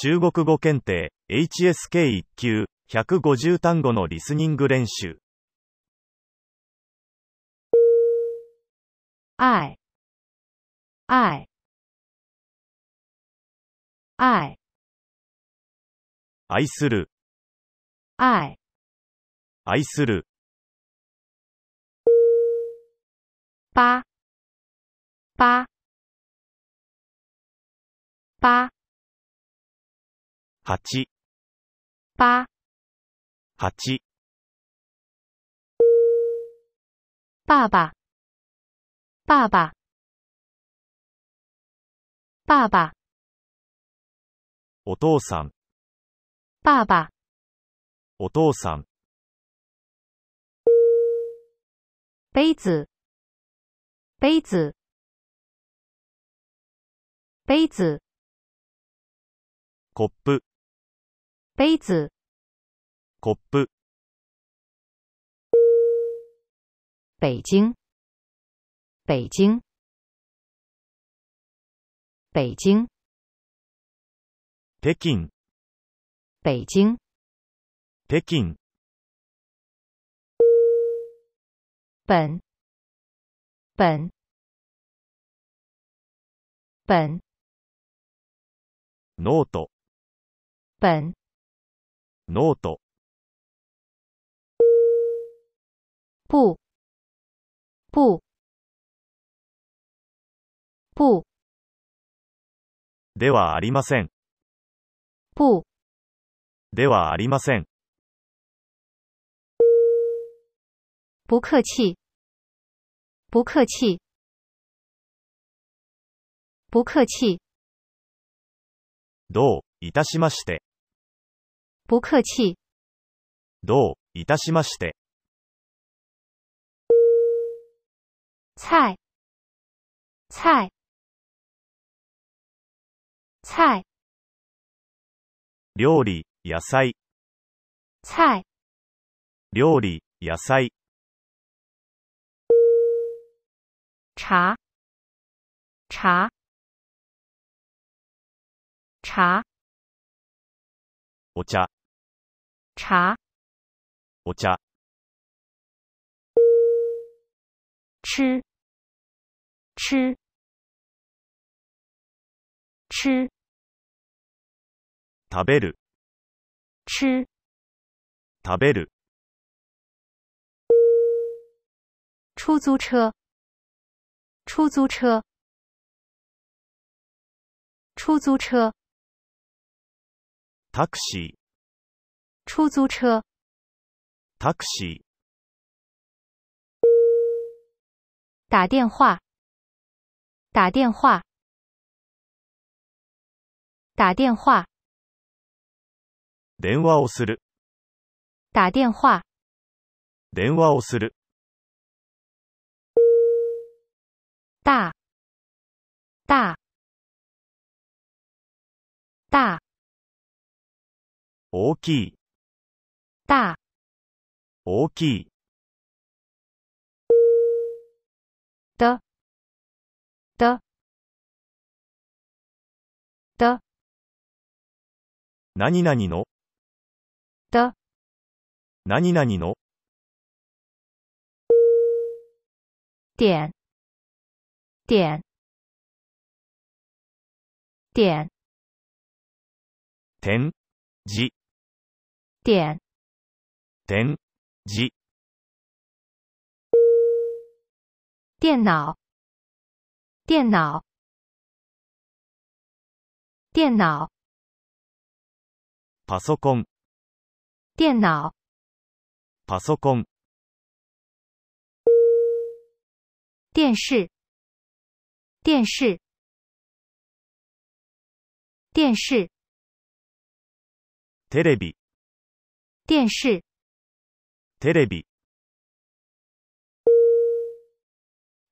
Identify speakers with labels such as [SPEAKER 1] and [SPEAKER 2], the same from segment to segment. [SPEAKER 1] 中国語検定 HSK1 級150単語のリスニング練習
[SPEAKER 2] I I I
[SPEAKER 1] 愛する
[SPEAKER 2] I
[SPEAKER 1] 愛する
[SPEAKER 2] 八八八
[SPEAKER 1] 88
[SPEAKER 2] 八爸爸爸爸爸爸
[SPEAKER 1] お父さん
[SPEAKER 2] 爸爸
[SPEAKER 1] お父さん
[SPEAKER 2] 杯子杯子杯子
[SPEAKER 1] コップ
[SPEAKER 2] 杯子
[SPEAKER 1] コップ
[SPEAKER 2] 北京，北京，北京，
[SPEAKER 1] 北京
[SPEAKER 2] 北京，
[SPEAKER 1] 北京
[SPEAKER 2] 本，本，本，
[SPEAKER 1] ノート
[SPEAKER 2] 本，
[SPEAKER 1] ノート
[SPEAKER 2] 不，不，不，
[SPEAKER 1] ではありません
[SPEAKER 2] 不，
[SPEAKER 1] ではありません
[SPEAKER 2] 不客气，不客气，不客气，
[SPEAKER 1] どういたしまして
[SPEAKER 2] 不客气，
[SPEAKER 1] どういたしまして
[SPEAKER 2] 菜，菜，菜。
[SPEAKER 1] 料理野菜
[SPEAKER 2] 菜、
[SPEAKER 1] 料理野菜
[SPEAKER 2] 茶、茶、茶、
[SPEAKER 1] お茶
[SPEAKER 2] 茶、
[SPEAKER 1] お茶
[SPEAKER 2] 吃、吃、吃、
[SPEAKER 1] 食べる
[SPEAKER 2] 吃、
[SPEAKER 1] 食べる
[SPEAKER 2] 出租车、出租车、出租车、
[SPEAKER 1] タクシー
[SPEAKER 2] 出租车、
[SPEAKER 1] タクシ
[SPEAKER 2] 打电话、打电话、打电
[SPEAKER 1] ー
[SPEAKER 2] 话、
[SPEAKER 1] 電話をする
[SPEAKER 2] 打电话。
[SPEAKER 1] 電話をする
[SPEAKER 2] 大，大，大，
[SPEAKER 1] 大きい
[SPEAKER 2] 大，
[SPEAKER 1] 大きい
[SPEAKER 2] 的，的，的，
[SPEAKER 1] 何々の
[SPEAKER 2] 的，
[SPEAKER 1] 何々の
[SPEAKER 2] 点，点，点，
[SPEAKER 1] 点字
[SPEAKER 2] 点，
[SPEAKER 1] 点字
[SPEAKER 2] 电脑，电脑，电脑，
[SPEAKER 1] パソコン
[SPEAKER 2] 电脑，
[SPEAKER 1] パソコン
[SPEAKER 2] 电视，电视，电视。
[SPEAKER 1] テレビ
[SPEAKER 2] 电视、
[SPEAKER 1] テレビ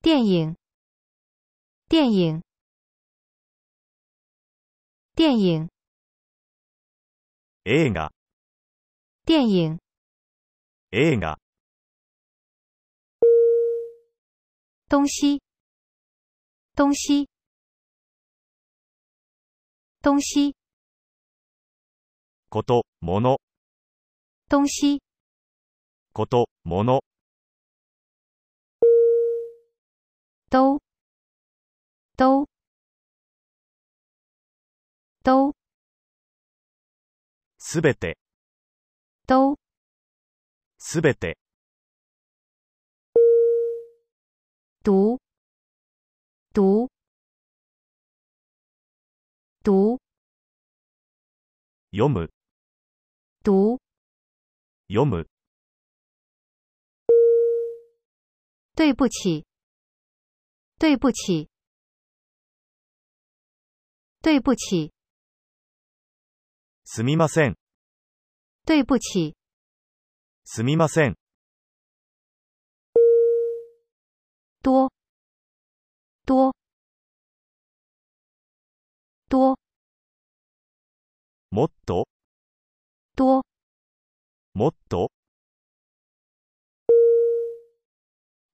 [SPEAKER 2] 电影、电影、电影、
[SPEAKER 1] 映画
[SPEAKER 2] 电影、
[SPEAKER 1] 映画
[SPEAKER 2] 东西、东西、东西、
[SPEAKER 1] こと、もの、
[SPEAKER 2] 东西，
[SPEAKER 1] こと、もの、
[SPEAKER 2] 都，都，都，
[SPEAKER 1] すべて、
[SPEAKER 2] 都，
[SPEAKER 1] すべて、
[SPEAKER 2] 读，读，读，
[SPEAKER 1] 読む、
[SPEAKER 2] 读，
[SPEAKER 1] 読む、
[SPEAKER 2] 对不起，对不起，对不起，
[SPEAKER 1] すみません、
[SPEAKER 2] 对不起，
[SPEAKER 1] すみません、
[SPEAKER 2] 多，多，多，
[SPEAKER 1] もっと、
[SPEAKER 2] 多，
[SPEAKER 1] もっと、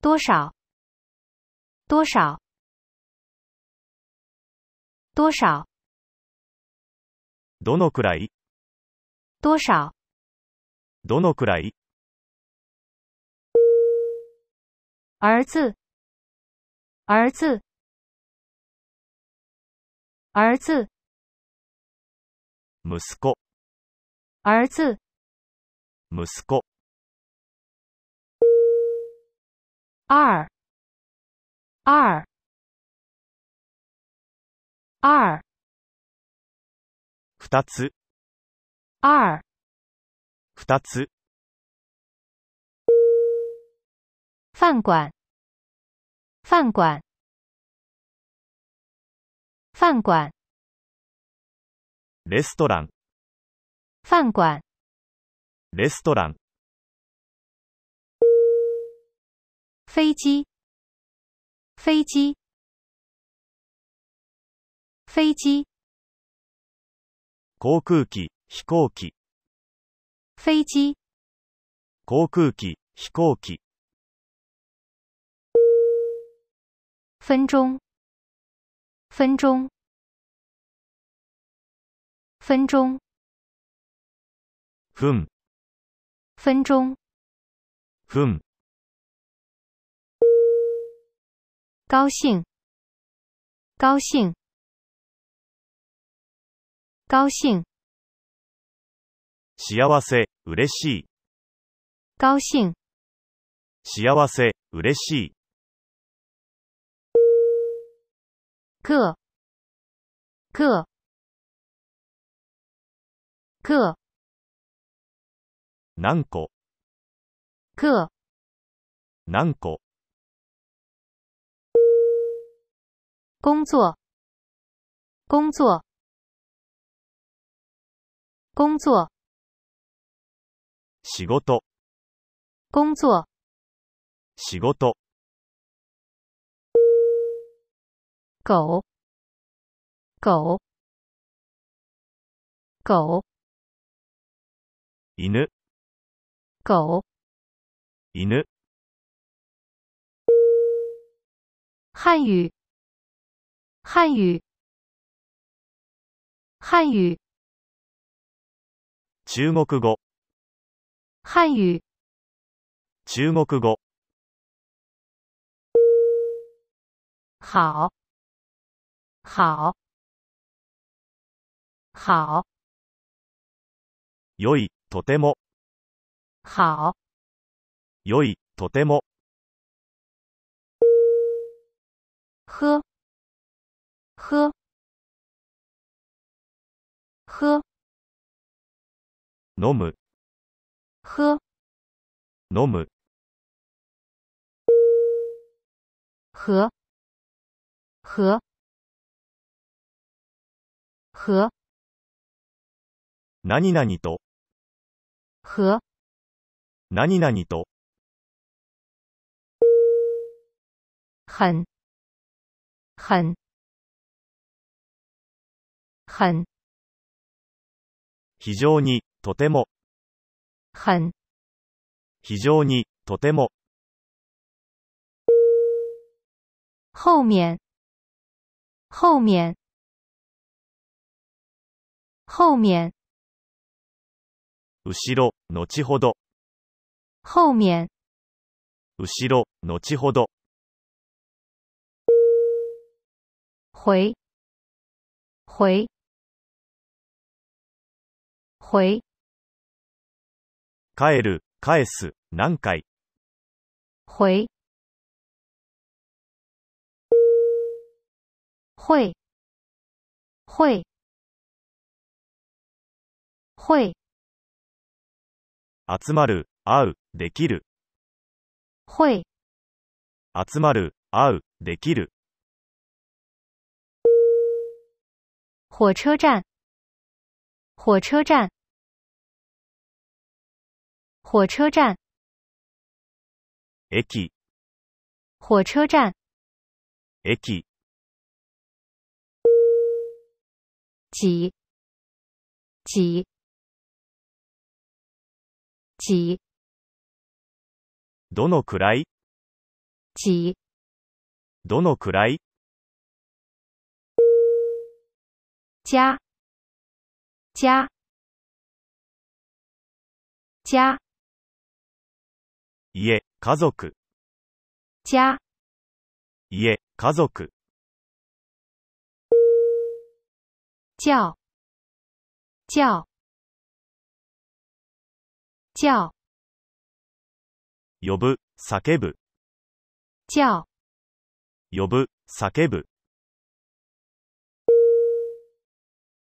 [SPEAKER 2] 多少，多少，多少，
[SPEAKER 1] どのくらい、
[SPEAKER 2] 多少，
[SPEAKER 1] どのくらい、
[SPEAKER 2] 儿子，儿子，儿子，
[SPEAKER 1] 息子、
[SPEAKER 2] 儿子，
[SPEAKER 1] 息子、
[SPEAKER 2] 二，二，二，
[SPEAKER 1] 二つ、
[SPEAKER 2] 二，
[SPEAKER 1] 二つ、
[SPEAKER 2] 饭馆，饭馆，饭馆，
[SPEAKER 1] レストラン、
[SPEAKER 2] 饭馆，
[SPEAKER 1] レストラン、
[SPEAKER 2] 飞机，飞机，飞机，
[SPEAKER 1] 航空機、飛行機、
[SPEAKER 2] 飞机，
[SPEAKER 1] 航空機、飛行機、
[SPEAKER 2] 分钟，分钟，分钟，
[SPEAKER 1] ふん、
[SPEAKER 2] 分钟，
[SPEAKER 1] ふん、
[SPEAKER 2] 高兴，高兴，高兴，
[SPEAKER 1] 幸せ、嬉しい、
[SPEAKER 2] 高兴，
[SPEAKER 1] 幸せ、嬉しい、
[SPEAKER 2] 各，各，各，
[SPEAKER 1] 何個、
[SPEAKER 2] 各，
[SPEAKER 1] 何個、
[SPEAKER 2] 工作，工作，工作，
[SPEAKER 1] 仕事、
[SPEAKER 2] 工作。
[SPEAKER 1] 仕事、
[SPEAKER 2] 狗，狗，狗，
[SPEAKER 1] 犬、
[SPEAKER 2] 狗，
[SPEAKER 1] 犬、
[SPEAKER 2] 汉语，汉语，汉语，
[SPEAKER 1] 中国語、
[SPEAKER 2] 汉语，
[SPEAKER 1] 中国語、
[SPEAKER 2] 好，好，好，
[SPEAKER 1] 良い、とても、
[SPEAKER 2] 好，
[SPEAKER 1] 良い、とても、
[SPEAKER 2] 喝，喝，喝，
[SPEAKER 1] 飲む、
[SPEAKER 2] 喝，
[SPEAKER 1] 飲む、
[SPEAKER 2] 和，和，和。
[SPEAKER 1] 何々と、
[SPEAKER 2] 和
[SPEAKER 1] 何々と、
[SPEAKER 2] 很很很
[SPEAKER 1] 非常に、とても、
[SPEAKER 2] 很
[SPEAKER 1] 非常に、とても、
[SPEAKER 2] 后面后面后面
[SPEAKER 1] 後ろ、後ほど、
[SPEAKER 2] 后面、
[SPEAKER 1] 後ろ、後ほど、
[SPEAKER 2] 回、回、回、
[SPEAKER 1] 帰る、返す、何回、
[SPEAKER 2] 回。会、会、会、
[SPEAKER 1] 集まる、会う、できる、
[SPEAKER 2] 会、
[SPEAKER 1] 集まる、会う、できる、
[SPEAKER 2] 火车站，火车站，火车站，
[SPEAKER 1] 駅、
[SPEAKER 2] 火车站，
[SPEAKER 1] 駅、
[SPEAKER 2] 挤，挤，挤，
[SPEAKER 1] どのくらい、
[SPEAKER 2] 挤，
[SPEAKER 1] どのくらい、
[SPEAKER 2] 加，加，加，
[SPEAKER 1] 家、家族、
[SPEAKER 2] 加，
[SPEAKER 1] 家、家族、
[SPEAKER 2] 叫，叫，叫，
[SPEAKER 1] 呼ぶ、叫ぶ、
[SPEAKER 2] 叫。
[SPEAKER 1] 呼ぶ、叫ぶ、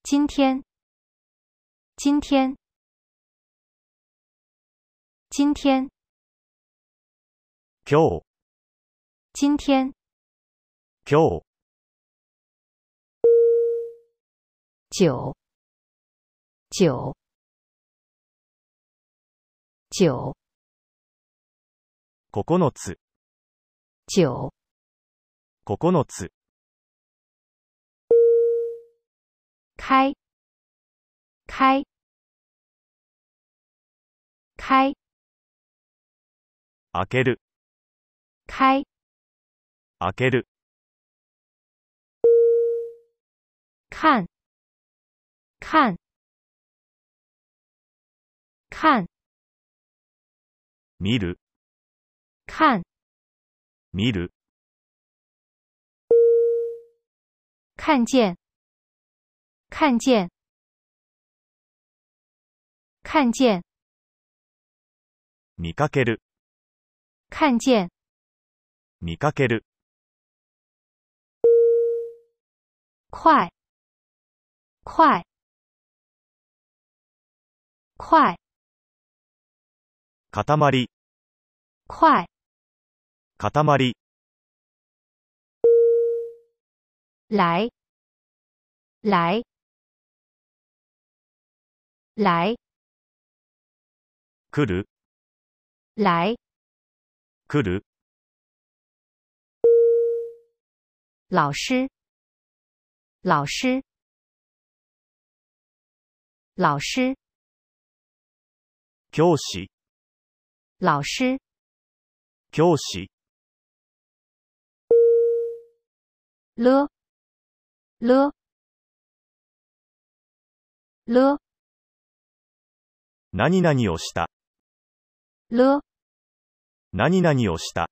[SPEAKER 2] 今天，今天，今天，
[SPEAKER 1] 今日、
[SPEAKER 2] 今天，
[SPEAKER 1] 今日、
[SPEAKER 2] 九，九，九，
[SPEAKER 1] 9つ、
[SPEAKER 2] 九，
[SPEAKER 1] 9つ、
[SPEAKER 2] 开，开，开，
[SPEAKER 1] 開ける、
[SPEAKER 2] 开，
[SPEAKER 1] 開ける、
[SPEAKER 2] 看，看，看，
[SPEAKER 1] 見る、
[SPEAKER 2] 看，
[SPEAKER 1] 見る、
[SPEAKER 2] 看见，看见，看见。
[SPEAKER 1] 見かける、
[SPEAKER 2] 看见、
[SPEAKER 1] 見かける、
[SPEAKER 2] 快、快、快、
[SPEAKER 1] 塊、
[SPEAKER 2] 快、
[SPEAKER 1] 塊、
[SPEAKER 2] 来、来、来、
[SPEAKER 1] 来る、
[SPEAKER 2] 来、
[SPEAKER 1] 来る、
[SPEAKER 2] 老师、老师、老师、
[SPEAKER 1] 教師、
[SPEAKER 2] 老师、
[SPEAKER 1] 教師、
[SPEAKER 2] 了、了、了、
[SPEAKER 1] 何々をした、
[SPEAKER 2] 了、
[SPEAKER 1] 何々をした、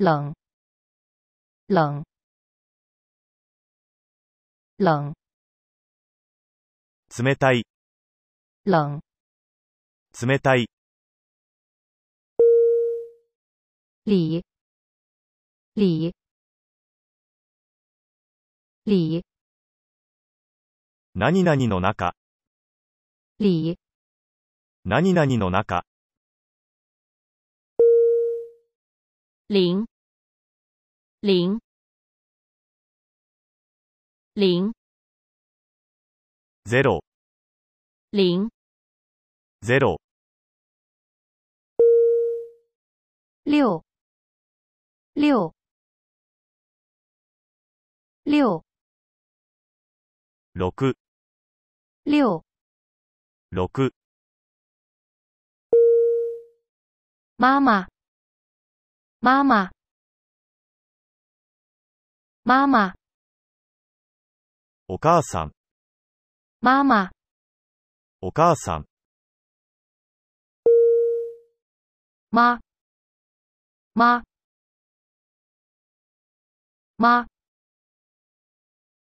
[SPEAKER 2] 冷、冷、冷、
[SPEAKER 1] 冷たい、
[SPEAKER 2] 冷、
[SPEAKER 1] 冷たい、
[SPEAKER 2] 理、理、理、
[SPEAKER 1] 何々の中、
[SPEAKER 2] 理、
[SPEAKER 1] 何々の中、
[SPEAKER 2] 零、零、零、
[SPEAKER 1] 0、
[SPEAKER 2] 零、
[SPEAKER 1] 0、
[SPEAKER 2] 六、六、六、
[SPEAKER 1] 6、
[SPEAKER 2] 六、
[SPEAKER 1] 6、
[SPEAKER 2] 妈妈，妈妈，妈妈，
[SPEAKER 1] お母さん、
[SPEAKER 2] 妈妈、
[SPEAKER 1] お母さん、
[SPEAKER 2] 妈、妈、妈、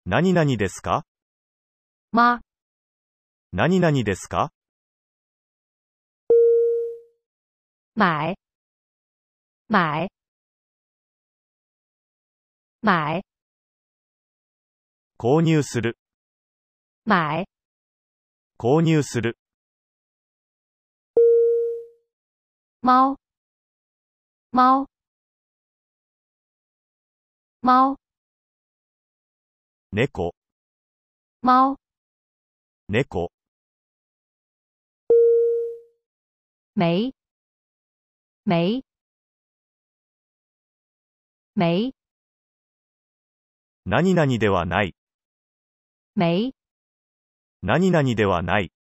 [SPEAKER 1] 何々ですか
[SPEAKER 2] 妈、
[SPEAKER 1] 何々ですか
[SPEAKER 2] 买、买、买、
[SPEAKER 1] 購入する、
[SPEAKER 2] 买、
[SPEAKER 1] 購入する、
[SPEAKER 2] 猫、猫、猫、
[SPEAKER 1] 猫、
[SPEAKER 2] 猫、
[SPEAKER 1] 猫、
[SPEAKER 2] 没、没、没、
[SPEAKER 1] 何々ではない、
[SPEAKER 2] 没、
[SPEAKER 1] 何々ではない、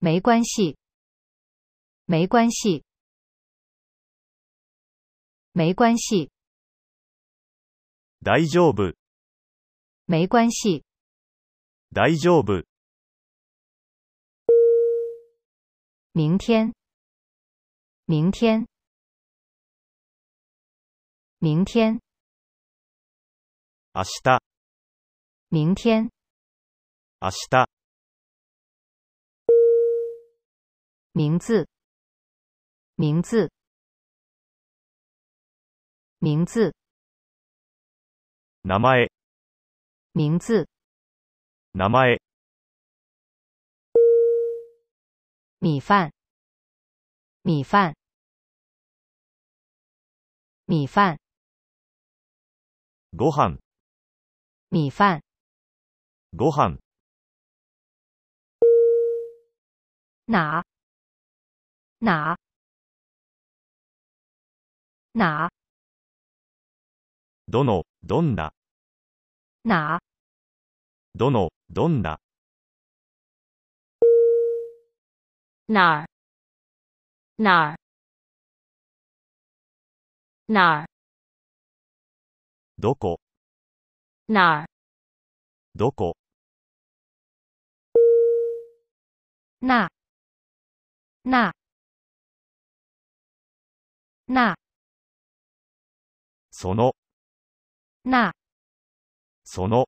[SPEAKER 2] 没关系，没关系，没关系，
[SPEAKER 1] 大丈夫、
[SPEAKER 2] 没关系，
[SPEAKER 1] 大丈夫、
[SPEAKER 2] 明天，明天，明天，
[SPEAKER 1] 明日、
[SPEAKER 2] 明天，
[SPEAKER 1] 明日、
[SPEAKER 2] 名字，名字，名字，
[SPEAKER 1] 名前、
[SPEAKER 2] 名字，
[SPEAKER 1] 名前、
[SPEAKER 2] 米饭，米饭，米饭，
[SPEAKER 1] ご飯、
[SPEAKER 2] 米饭，
[SPEAKER 1] ご飯、
[SPEAKER 2] 哪？哪？哪？
[SPEAKER 1] どの、どんな、
[SPEAKER 2] 哪？
[SPEAKER 1] どの、どんな、
[SPEAKER 2] 哪儿？哪儿？哪儿？
[SPEAKER 1] どこ、
[SPEAKER 2] 哪儿？
[SPEAKER 1] どこ、
[SPEAKER 2] 那那那
[SPEAKER 1] その、
[SPEAKER 2] 那
[SPEAKER 1] その、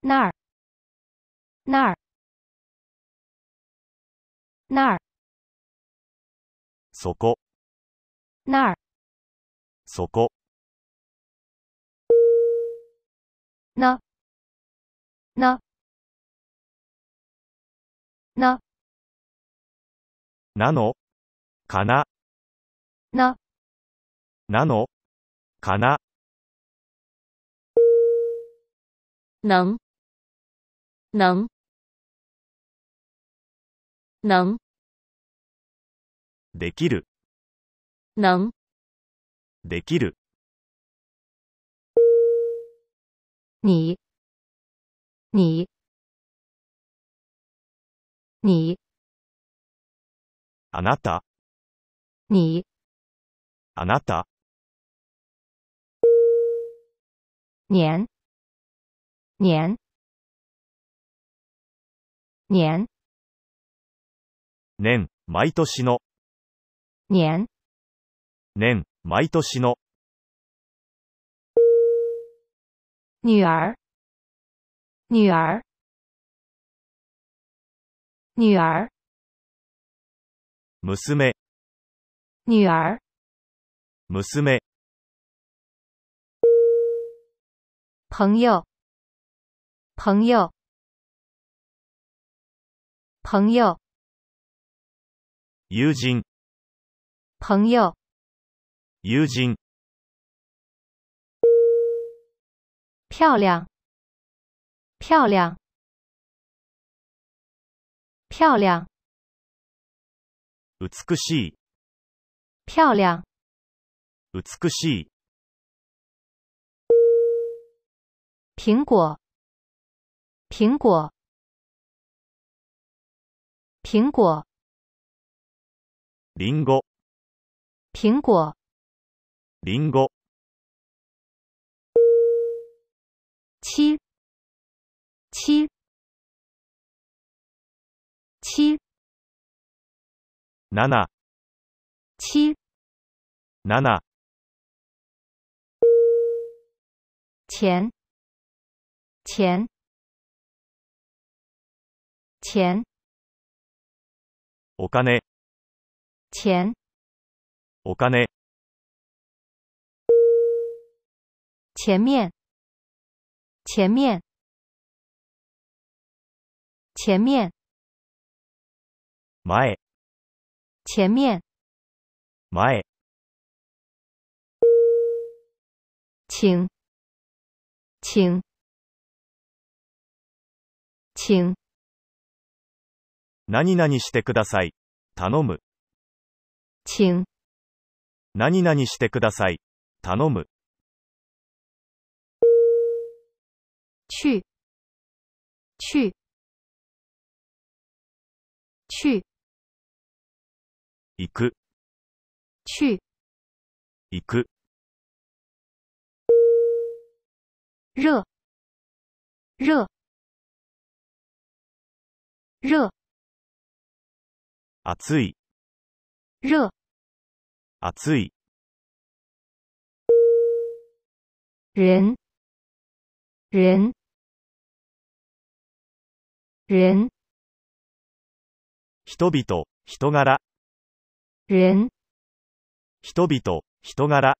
[SPEAKER 2] 那儿那儿那儿
[SPEAKER 1] そこ、
[SPEAKER 2] 那儿
[SPEAKER 1] そこ、
[SPEAKER 2] 呢呢呢
[SPEAKER 1] なの、かな、
[SPEAKER 2] 呢
[SPEAKER 1] なの、かな、
[SPEAKER 2] 能能能
[SPEAKER 1] できる、
[SPEAKER 2] 能
[SPEAKER 1] できる、
[SPEAKER 2] 你，你，你，
[SPEAKER 1] あなた、
[SPEAKER 2] 你，
[SPEAKER 1] あなた、
[SPEAKER 2] 年，年，年，
[SPEAKER 1] 年、毎年の、
[SPEAKER 2] 年，
[SPEAKER 1] 年、毎年の、
[SPEAKER 2] 女儿，女儿，女儿，
[SPEAKER 1] 娘、
[SPEAKER 2] 女儿，
[SPEAKER 1] 娘、
[SPEAKER 2] 朋友，朋友，朋友，
[SPEAKER 1] 友人、
[SPEAKER 2] 朋友，
[SPEAKER 1] 友人、
[SPEAKER 2] 漂亮，漂亮，漂亮，
[SPEAKER 1] 美しい、
[SPEAKER 2] 漂亮，
[SPEAKER 1] 美しい、
[SPEAKER 2] 苹果，苹果，苹果，
[SPEAKER 1] りんご、
[SPEAKER 2] 苹果，
[SPEAKER 1] りんご、
[SPEAKER 2] 七七七
[SPEAKER 1] 7、
[SPEAKER 2] 七
[SPEAKER 1] 7、
[SPEAKER 2] 钱钱钱
[SPEAKER 1] お金、
[SPEAKER 2] 钱
[SPEAKER 1] お金、
[SPEAKER 2] 前面前面前面
[SPEAKER 1] 前、
[SPEAKER 2] 前面，
[SPEAKER 1] 前、
[SPEAKER 2] 请请请
[SPEAKER 1] 何々してください。頼む、
[SPEAKER 2] 请
[SPEAKER 1] 何々してください。頼む、
[SPEAKER 2] 去去去
[SPEAKER 1] 行く、
[SPEAKER 2] 去
[SPEAKER 1] 行く、
[SPEAKER 2] 热热热
[SPEAKER 1] 暑い、
[SPEAKER 2] 热
[SPEAKER 1] 暑い、
[SPEAKER 2] 人人人
[SPEAKER 1] 人々、人柄、
[SPEAKER 2] 人
[SPEAKER 1] 人々、人柄、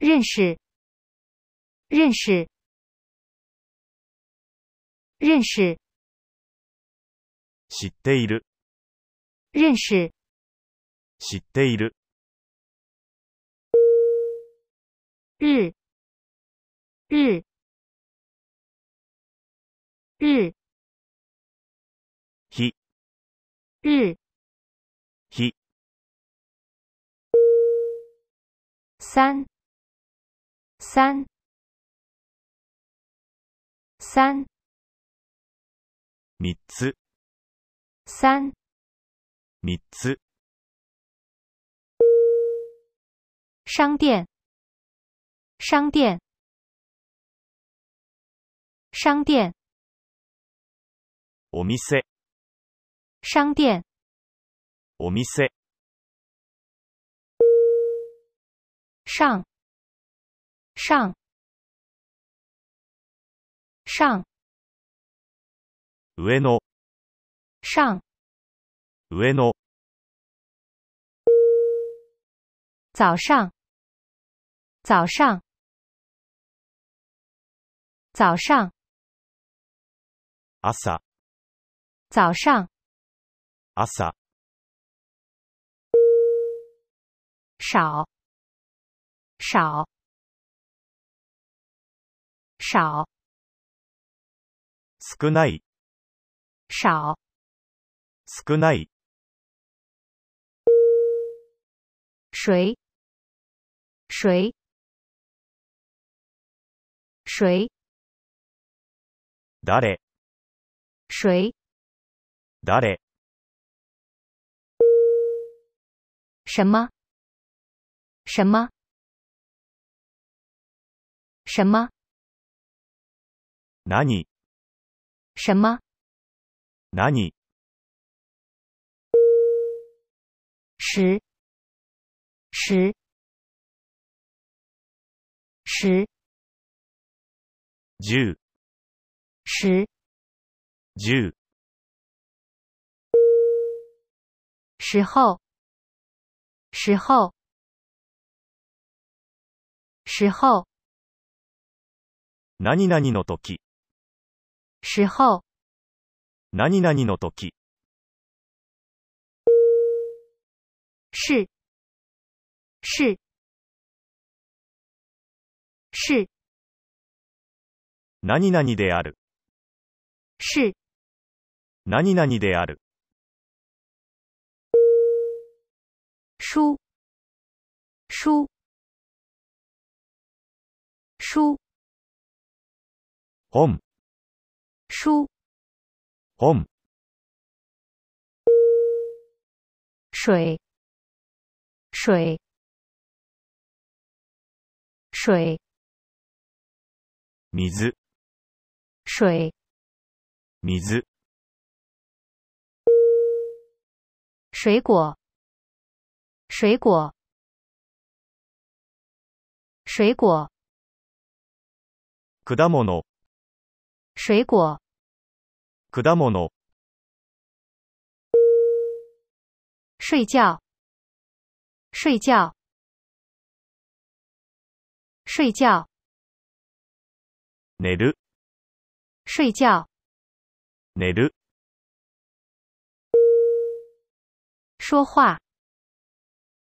[SPEAKER 2] 认识认识认识
[SPEAKER 1] 知っている、
[SPEAKER 2] 认识
[SPEAKER 1] 知っている、
[SPEAKER 2] 日日日
[SPEAKER 1] 日、
[SPEAKER 2] 日
[SPEAKER 1] 日、
[SPEAKER 2] 三三三
[SPEAKER 1] 三つ、
[SPEAKER 2] 三
[SPEAKER 1] 三つ、
[SPEAKER 2] 商店商店商店
[SPEAKER 1] お店、
[SPEAKER 2] 商店
[SPEAKER 1] お店、
[SPEAKER 2] 上上上
[SPEAKER 1] 上の、
[SPEAKER 2] 上
[SPEAKER 1] 上の、
[SPEAKER 2] 早上早上早上
[SPEAKER 1] 朝、
[SPEAKER 2] 早上
[SPEAKER 1] 朝、
[SPEAKER 2] 少少少
[SPEAKER 1] 少ない、
[SPEAKER 2] 少
[SPEAKER 1] 少ない、
[SPEAKER 2] 谁谁谁
[SPEAKER 1] 誰、
[SPEAKER 2] 谁
[SPEAKER 1] 誰、
[SPEAKER 2] 什么什么什么
[SPEAKER 1] 何、
[SPEAKER 2] 什么
[SPEAKER 1] 何、
[SPEAKER 2] 十十十
[SPEAKER 1] 十、
[SPEAKER 2] 十
[SPEAKER 1] 十、
[SPEAKER 2] 时候时候时候
[SPEAKER 1] 何々の時、
[SPEAKER 2] 时候
[SPEAKER 1] 何々の時、
[SPEAKER 2] 是是是
[SPEAKER 1] 何々である、
[SPEAKER 2] 是
[SPEAKER 1] 何々である、
[SPEAKER 2] 书书书
[SPEAKER 1] 本、
[SPEAKER 2] 书
[SPEAKER 1] 本、
[SPEAKER 2] 水水水
[SPEAKER 1] 水、
[SPEAKER 2] 水、
[SPEAKER 1] 水、
[SPEAKER 2] 水果、水果、水果、
[SPEAKER 1] 果物、
[SPEAKER 2] 水果、
[SPEAKER 1] 果物、
[SPEAKER 2] 睡觉、睡觉、睡觉、
[SPEAKER 1] 寝る、
[SPEAKER 2] 睡觉、
[SPEAKER 1] 寝る、
[SPEAKER 2] 说话、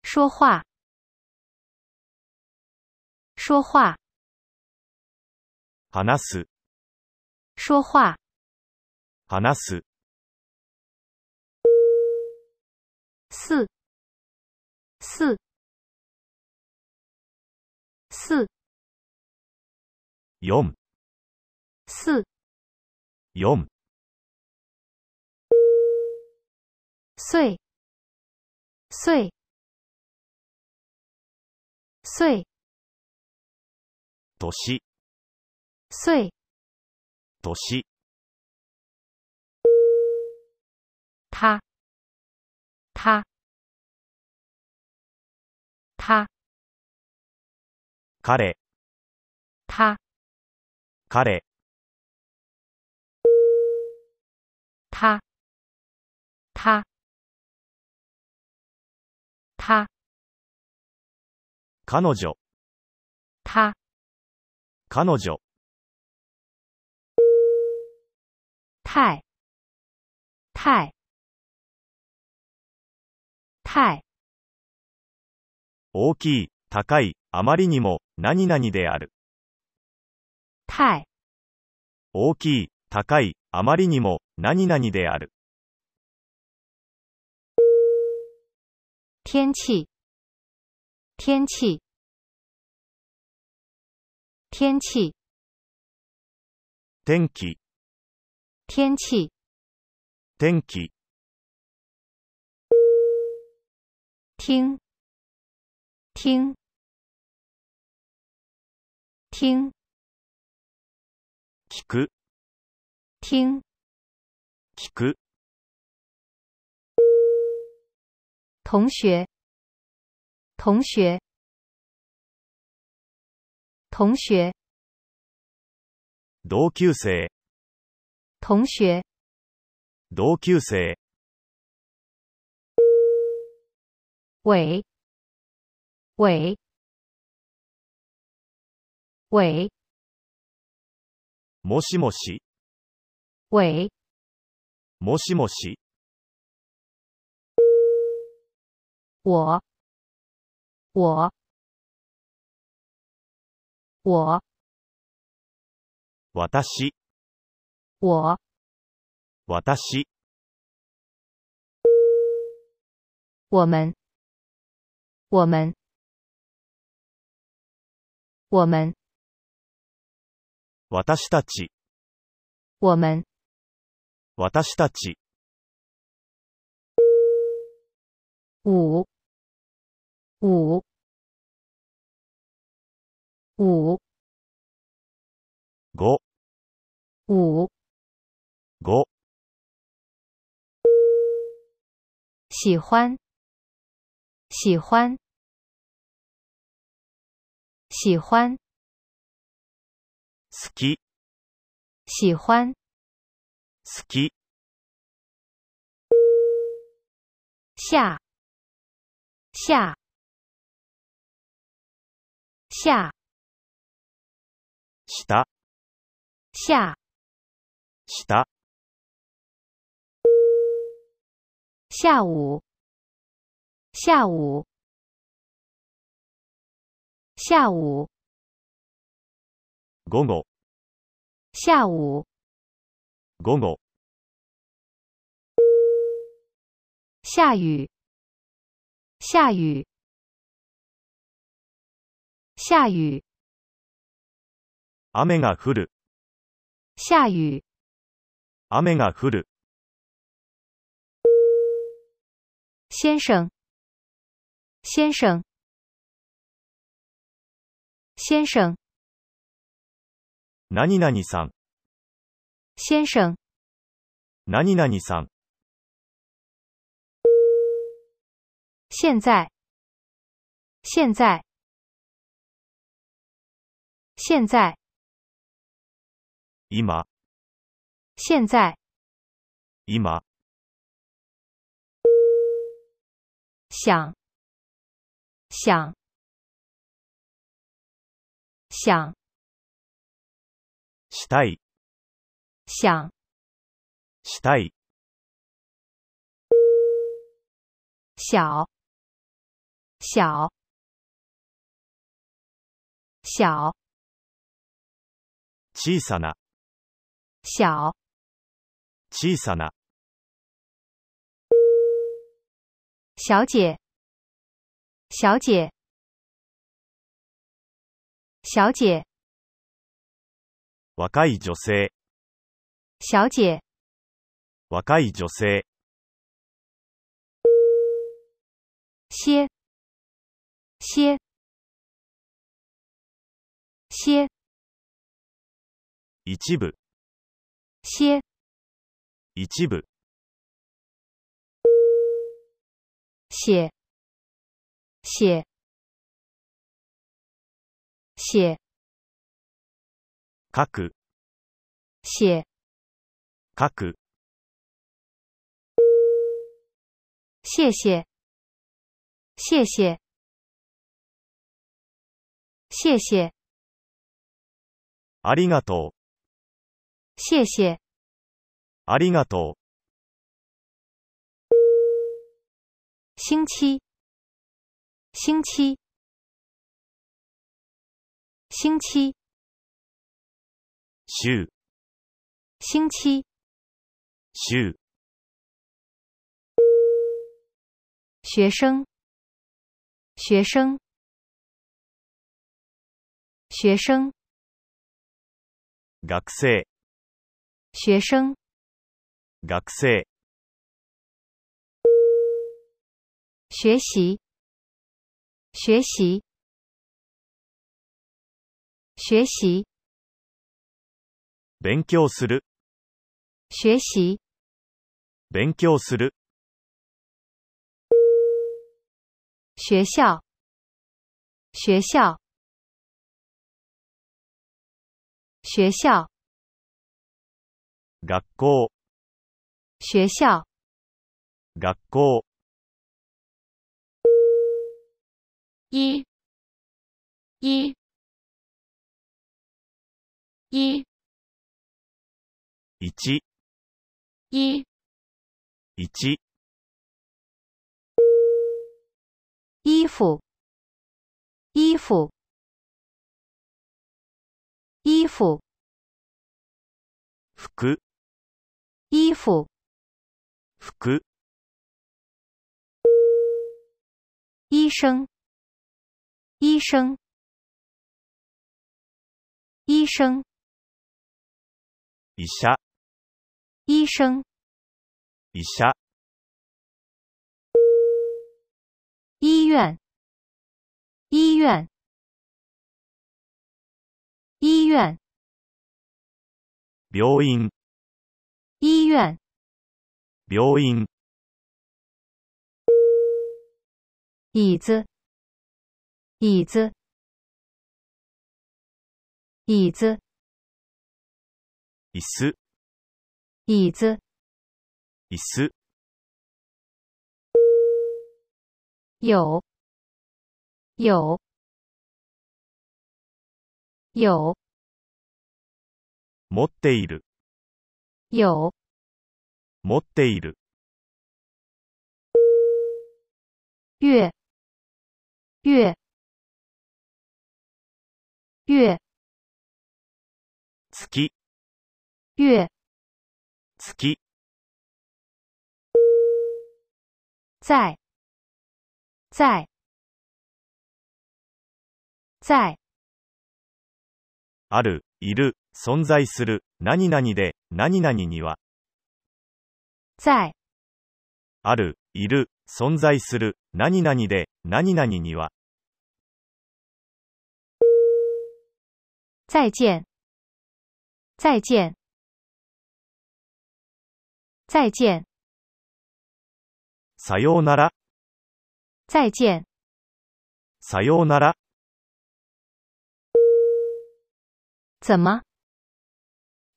[SPEAKER 2] 说话、说话、
[SPEAKER 1] 話す、
[SPEAKER 2] 说话、
[SPEAKER 1] 話す、
[SPEAKER 2] 四、四、四、
[SPEAKER 1] 4、
[SPEAKER 2] 四、
[SPEAKER 1] 4、
[SPEAKER 2] 岁、岁、岁、
[SPEAKER 1] 年、
[SPEAKER 2] 岁、
[SPEAKER 1] 年、
[SPEAKER 2] 他、他、他、
[SPEAKER 1] 彼、
[SPEAKER 2] 他、
[SPEAKER 1] 彼、
[SPEAKER 2] 他、他、他、
[SPEAKER 1] 彼女、
[SPEAKER 2] 他、
[SPEAKER 1] 彼女、
[SPEAKER 2] 太、太、太、
[SPEAKER 1] 大きい、高い、あまりにも、何々である。
[SPEAKER 2] 太、
[SPEAKER 1] 大きい、高い、あまりにも、何々である。
[SPEAKER 2] 天气、天气、天气、
[SPEAKER 1] 天気、
[SPEAKER 2] 天气、
[SPEAKER 1] 天気、
[SPEAKER 2] 听、听、听、
[SPEAKER 1] 聞く、
[SPEAKER 2] 听、
[SPEAKER 1] 聞く、
[SPEAKER 2] 同学、同学、同学、
[SPEAKER 1] 同級生、
[SPEAKER 2] 同学、
[SPEAKER 1] 同級生、
[SPEAKER 2] 尾、尾、尾、
[SPEAKER 1] もしもし、
[SPEAKER 2] 尾、
[SPEAKER 1] もしもし、
[SPEAKER 2] 我，我，我，
[SPEAKER 1] 私、
[SPEAKER 2] 我，
[SPEAKER 1] 私、
[SPEAKER 2] 我们，我们，我们，
[SPEAKER 1] 私たち、
[SPEAKER 2] 我们，
[SPEAKER 1] 私たち、
[SPEAKER 2] 五，五，五，
[SPEAKER 1] 5、
[SPEAKER 2] 五，
[SPEAKER 1] 5、
[SPEAKER 2] 喜欢，喜欢，喜欢，
[SPEAKER 1] 好き、
[SPEAKER 2] 喜欢，
[SPEAKER 1] 好き、
[SPEAKER 2] 下，下，下，
[SPEAKER 1] した、
[SPEAKER 2] 下，
[SPEAKER 1] した、
[SPEAKER 2] 下午，下午，下午，
[SPEAKER 1] 午後、
[SPEAKER 2] 下午，
[SPEAKER 1] 午後、
[SPEAKER 2] 下雨，下雨，下雨，
[SPEAKER 1] 雨が降る、
[SPEAKER 2] 下雨，
[SPEAKER 1] 雨が降る、
[SPEAKER 2] 先生，先生，先生，
[SPEAKER 1] 何々さん、
[SPEAKER 2] 先生、
[SPEAKER 1] 何々さん、
[SPEAKER 2] 现在，现在，现在，
[SPEAKER 1] 今、
[SPEAKER 2] 现在，
[SPEAKER 1] 今、
[SPEAKER 2] 想，想，想，
[SPEAKER 1] したい、
[SPEAKER 2] 想，
[SPEAKER 1] したい、
[SPEAKER 2] 小，小，小，
[SPEAKER 1] 小さな、
[SPEAKER 2] 小，
[SPEAKER 1] 小さな、
[SPEAKER 2] 小姐，小姐，小姐，
[SPEAKER 1] 若い女性、
[SPEAKER 2] 小姐。
[SPEAKER 1] 若い女性、
[SPEAKER 2] 歇，歇，歇，
[SPEAKER 1] 一部、
[SPEAKER 2] 歇，
[SPEAKER 1] 一部、
[SPEAKER 2] 写，写，写，
[SPEAKER 1] 書く、
[SPEAKER 2] 写，
[SPEAKER 1] 書く、
[SPEAKER 2] 谢谢，谢谢，谢谢，
[SPEAKER 1] ありがとう、
[SPEAKER 2] 谢谢，
[SPEAKER 1] ありがとう、
[SPEAKER 2] 星期，星期，星期，
[SPEAKER 1] 週、
[SPEAKER 2] 星期，
[SPEAKER 1] 週、
[SPEAKER 2] 学生，学生，学生。
[SPEAKER 1] 学生、
[SPEAKER 2] 学生，
[SPEAKER 1] 学生、
[SPEAKER 2] 学习，学习，学习，
[SPEAKER 1] 勉強する、
[SPEAKER 2] 学习，
[SPEAKER 1] 勉強する、
[SPEAKER 2] 学校，学校，学校，
[SPEAKER 1] 学校、
[SPEAKER 2] 学校，
[SPEAKER 1] 学校、
[SPEAKER 2] 一，一，一，
[SPEAKER 1] 一、
[SPEAKER 2] 一，
[SPEAKER 1] 一、
[SPEAKER 2] 衣服，衣服，衣服，
[SPEAKER 1] 服、
[SPEAKER 2] 衣服，
[SPEAKER 1] 服、
[SPEAKER 2] 医生，医生，医生，
[SPEAKER 1] 医者、
[SPEAKER 2] 医生，
[SPEAKER 1] 医者、
[SPEAKER 2] 医院，医院，医院，
[SPEAKER 1] 病院、
[SPEAKER 2] 医院，
[SPEAKER 1] 病院、
[SPEAKER 2] 椅子，椅子，椅子，
[SPEAKER 1] 椅子、
[SPEAKER 2] 椅子，
[SPEAKER 1] 椅子、
[SPEAKER 2] 有，有，有，
[SPEAKER 1] 持っている、
[SPEAKER 2] 有，
[SPEAKER 1] 持っている、
[SPEAKER 2] 月，月，月。
[SPEAKER 1] 月、
[SPEAKER 2] 月，
[SPEAKER 1] 月、
[SPEAKER 2] 在，在，在，
[SPEAKER 1] ある、いる、存在する、何々で、何々には、
[SPEAKER 2] 在，
[SPEAKER 1] ある、いる、存在する、何々で、何々には、
[SPEAKER 2] 再见，再见，再见，
[SPEAKER 1] さようなら、
[SPEAKER 2] 再见。
[SPEAKER 1] さようなら、
[SPEAKER 2] 怎么？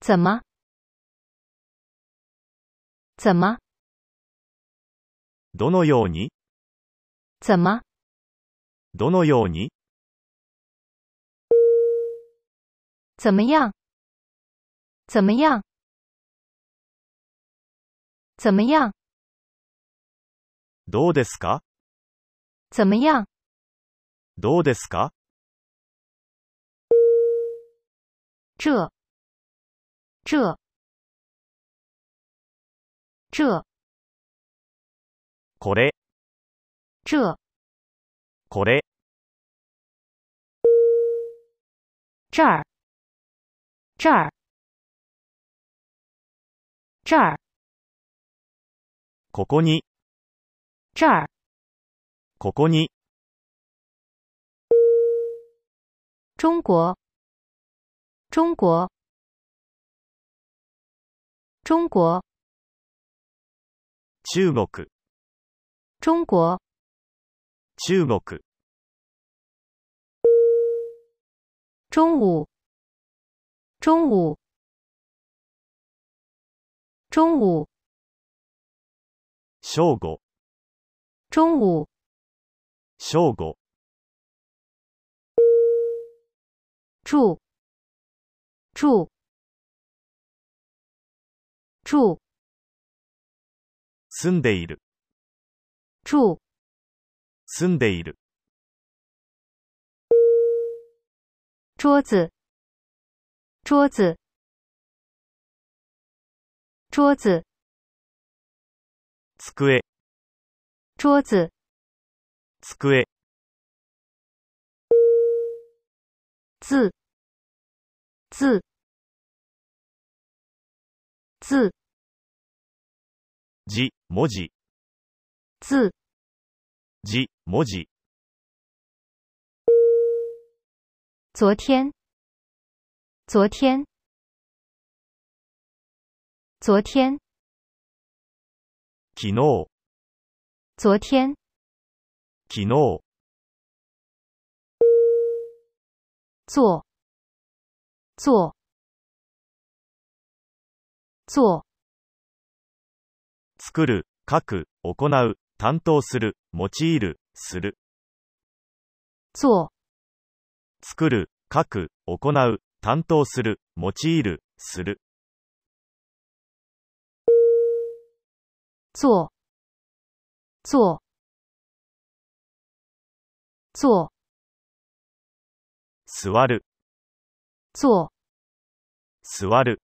[SPEAKER 2] 怎么？怎么？
[SPEAKER 1] どのように、
[SPEAKER 2] 怎么？
[SPEAKER 1] どのように、
[SPEAKER 2] 怎么样？怎么样？怎么样？
[SPEAKER 1] どうですか
[SPEAKER 2] 怎么样？
[SPEAKER 1] どうですか
[SPEAKER 2] 这，这，这，
[SPEAKER 1] これ、
[SPEAKER 2] 这，
[SPEAKER 1] これ、
[SPEAKER 2] 这儿，这儿，这儿，
[SPEAKER 1] ここに、
[SPEAKER 2] 这儿，
[SPEAKER 1] ここに、
[SPEAKER 2] 中国，中国，中国，
[SPEAKER 1] 中国、
[SPEAKER 2] 中国，
[SPEAKER 1] 中国、
[SPEAKER 2] 中午，中午，中午，
[SPEAKER 1] 正午、
[SPEAKER 2] 中午，
[SPEAKER 1] 正午、
[SPEAKER 2] 住，住，住，
[SPEAKER 1] 住んでいる、
[SPEAKER 2] 住，
[SPEAKER 1] 住んでいる、
[SPEAKER 2] 桌子，桌子，桌子，
[SPEAKER 1] 机、
[SPEAKER 2] 桌子，
[SPEAKER 1] 机、
[SPEAKER 2] 字，字，字，
[SPEAKER 1] 字、文字、
[SPEAKER 2] 字，
[SPEAKER 1] 字、文字、
[SPEAKER 2] 昨天，昨天，昨天，
[SPEAKER 1] 昨日、
[SPEAKER 2] 昨天，
[SPEAKER 1] 昨日、
[SPEAKER 2] 做，做，做。
[SPEAKER 1] 作る、書く、行う、担当する、用いる、する、
[SPEAKER 2] 做
[SPEAKER 1] 作る、書く、行う、担当する、用いる、する、
[SPEAKER 2] 做做做
[SPEAKER 1] 座る、
[SPEAKER 2] 做
[SPEAKER 1] 座る、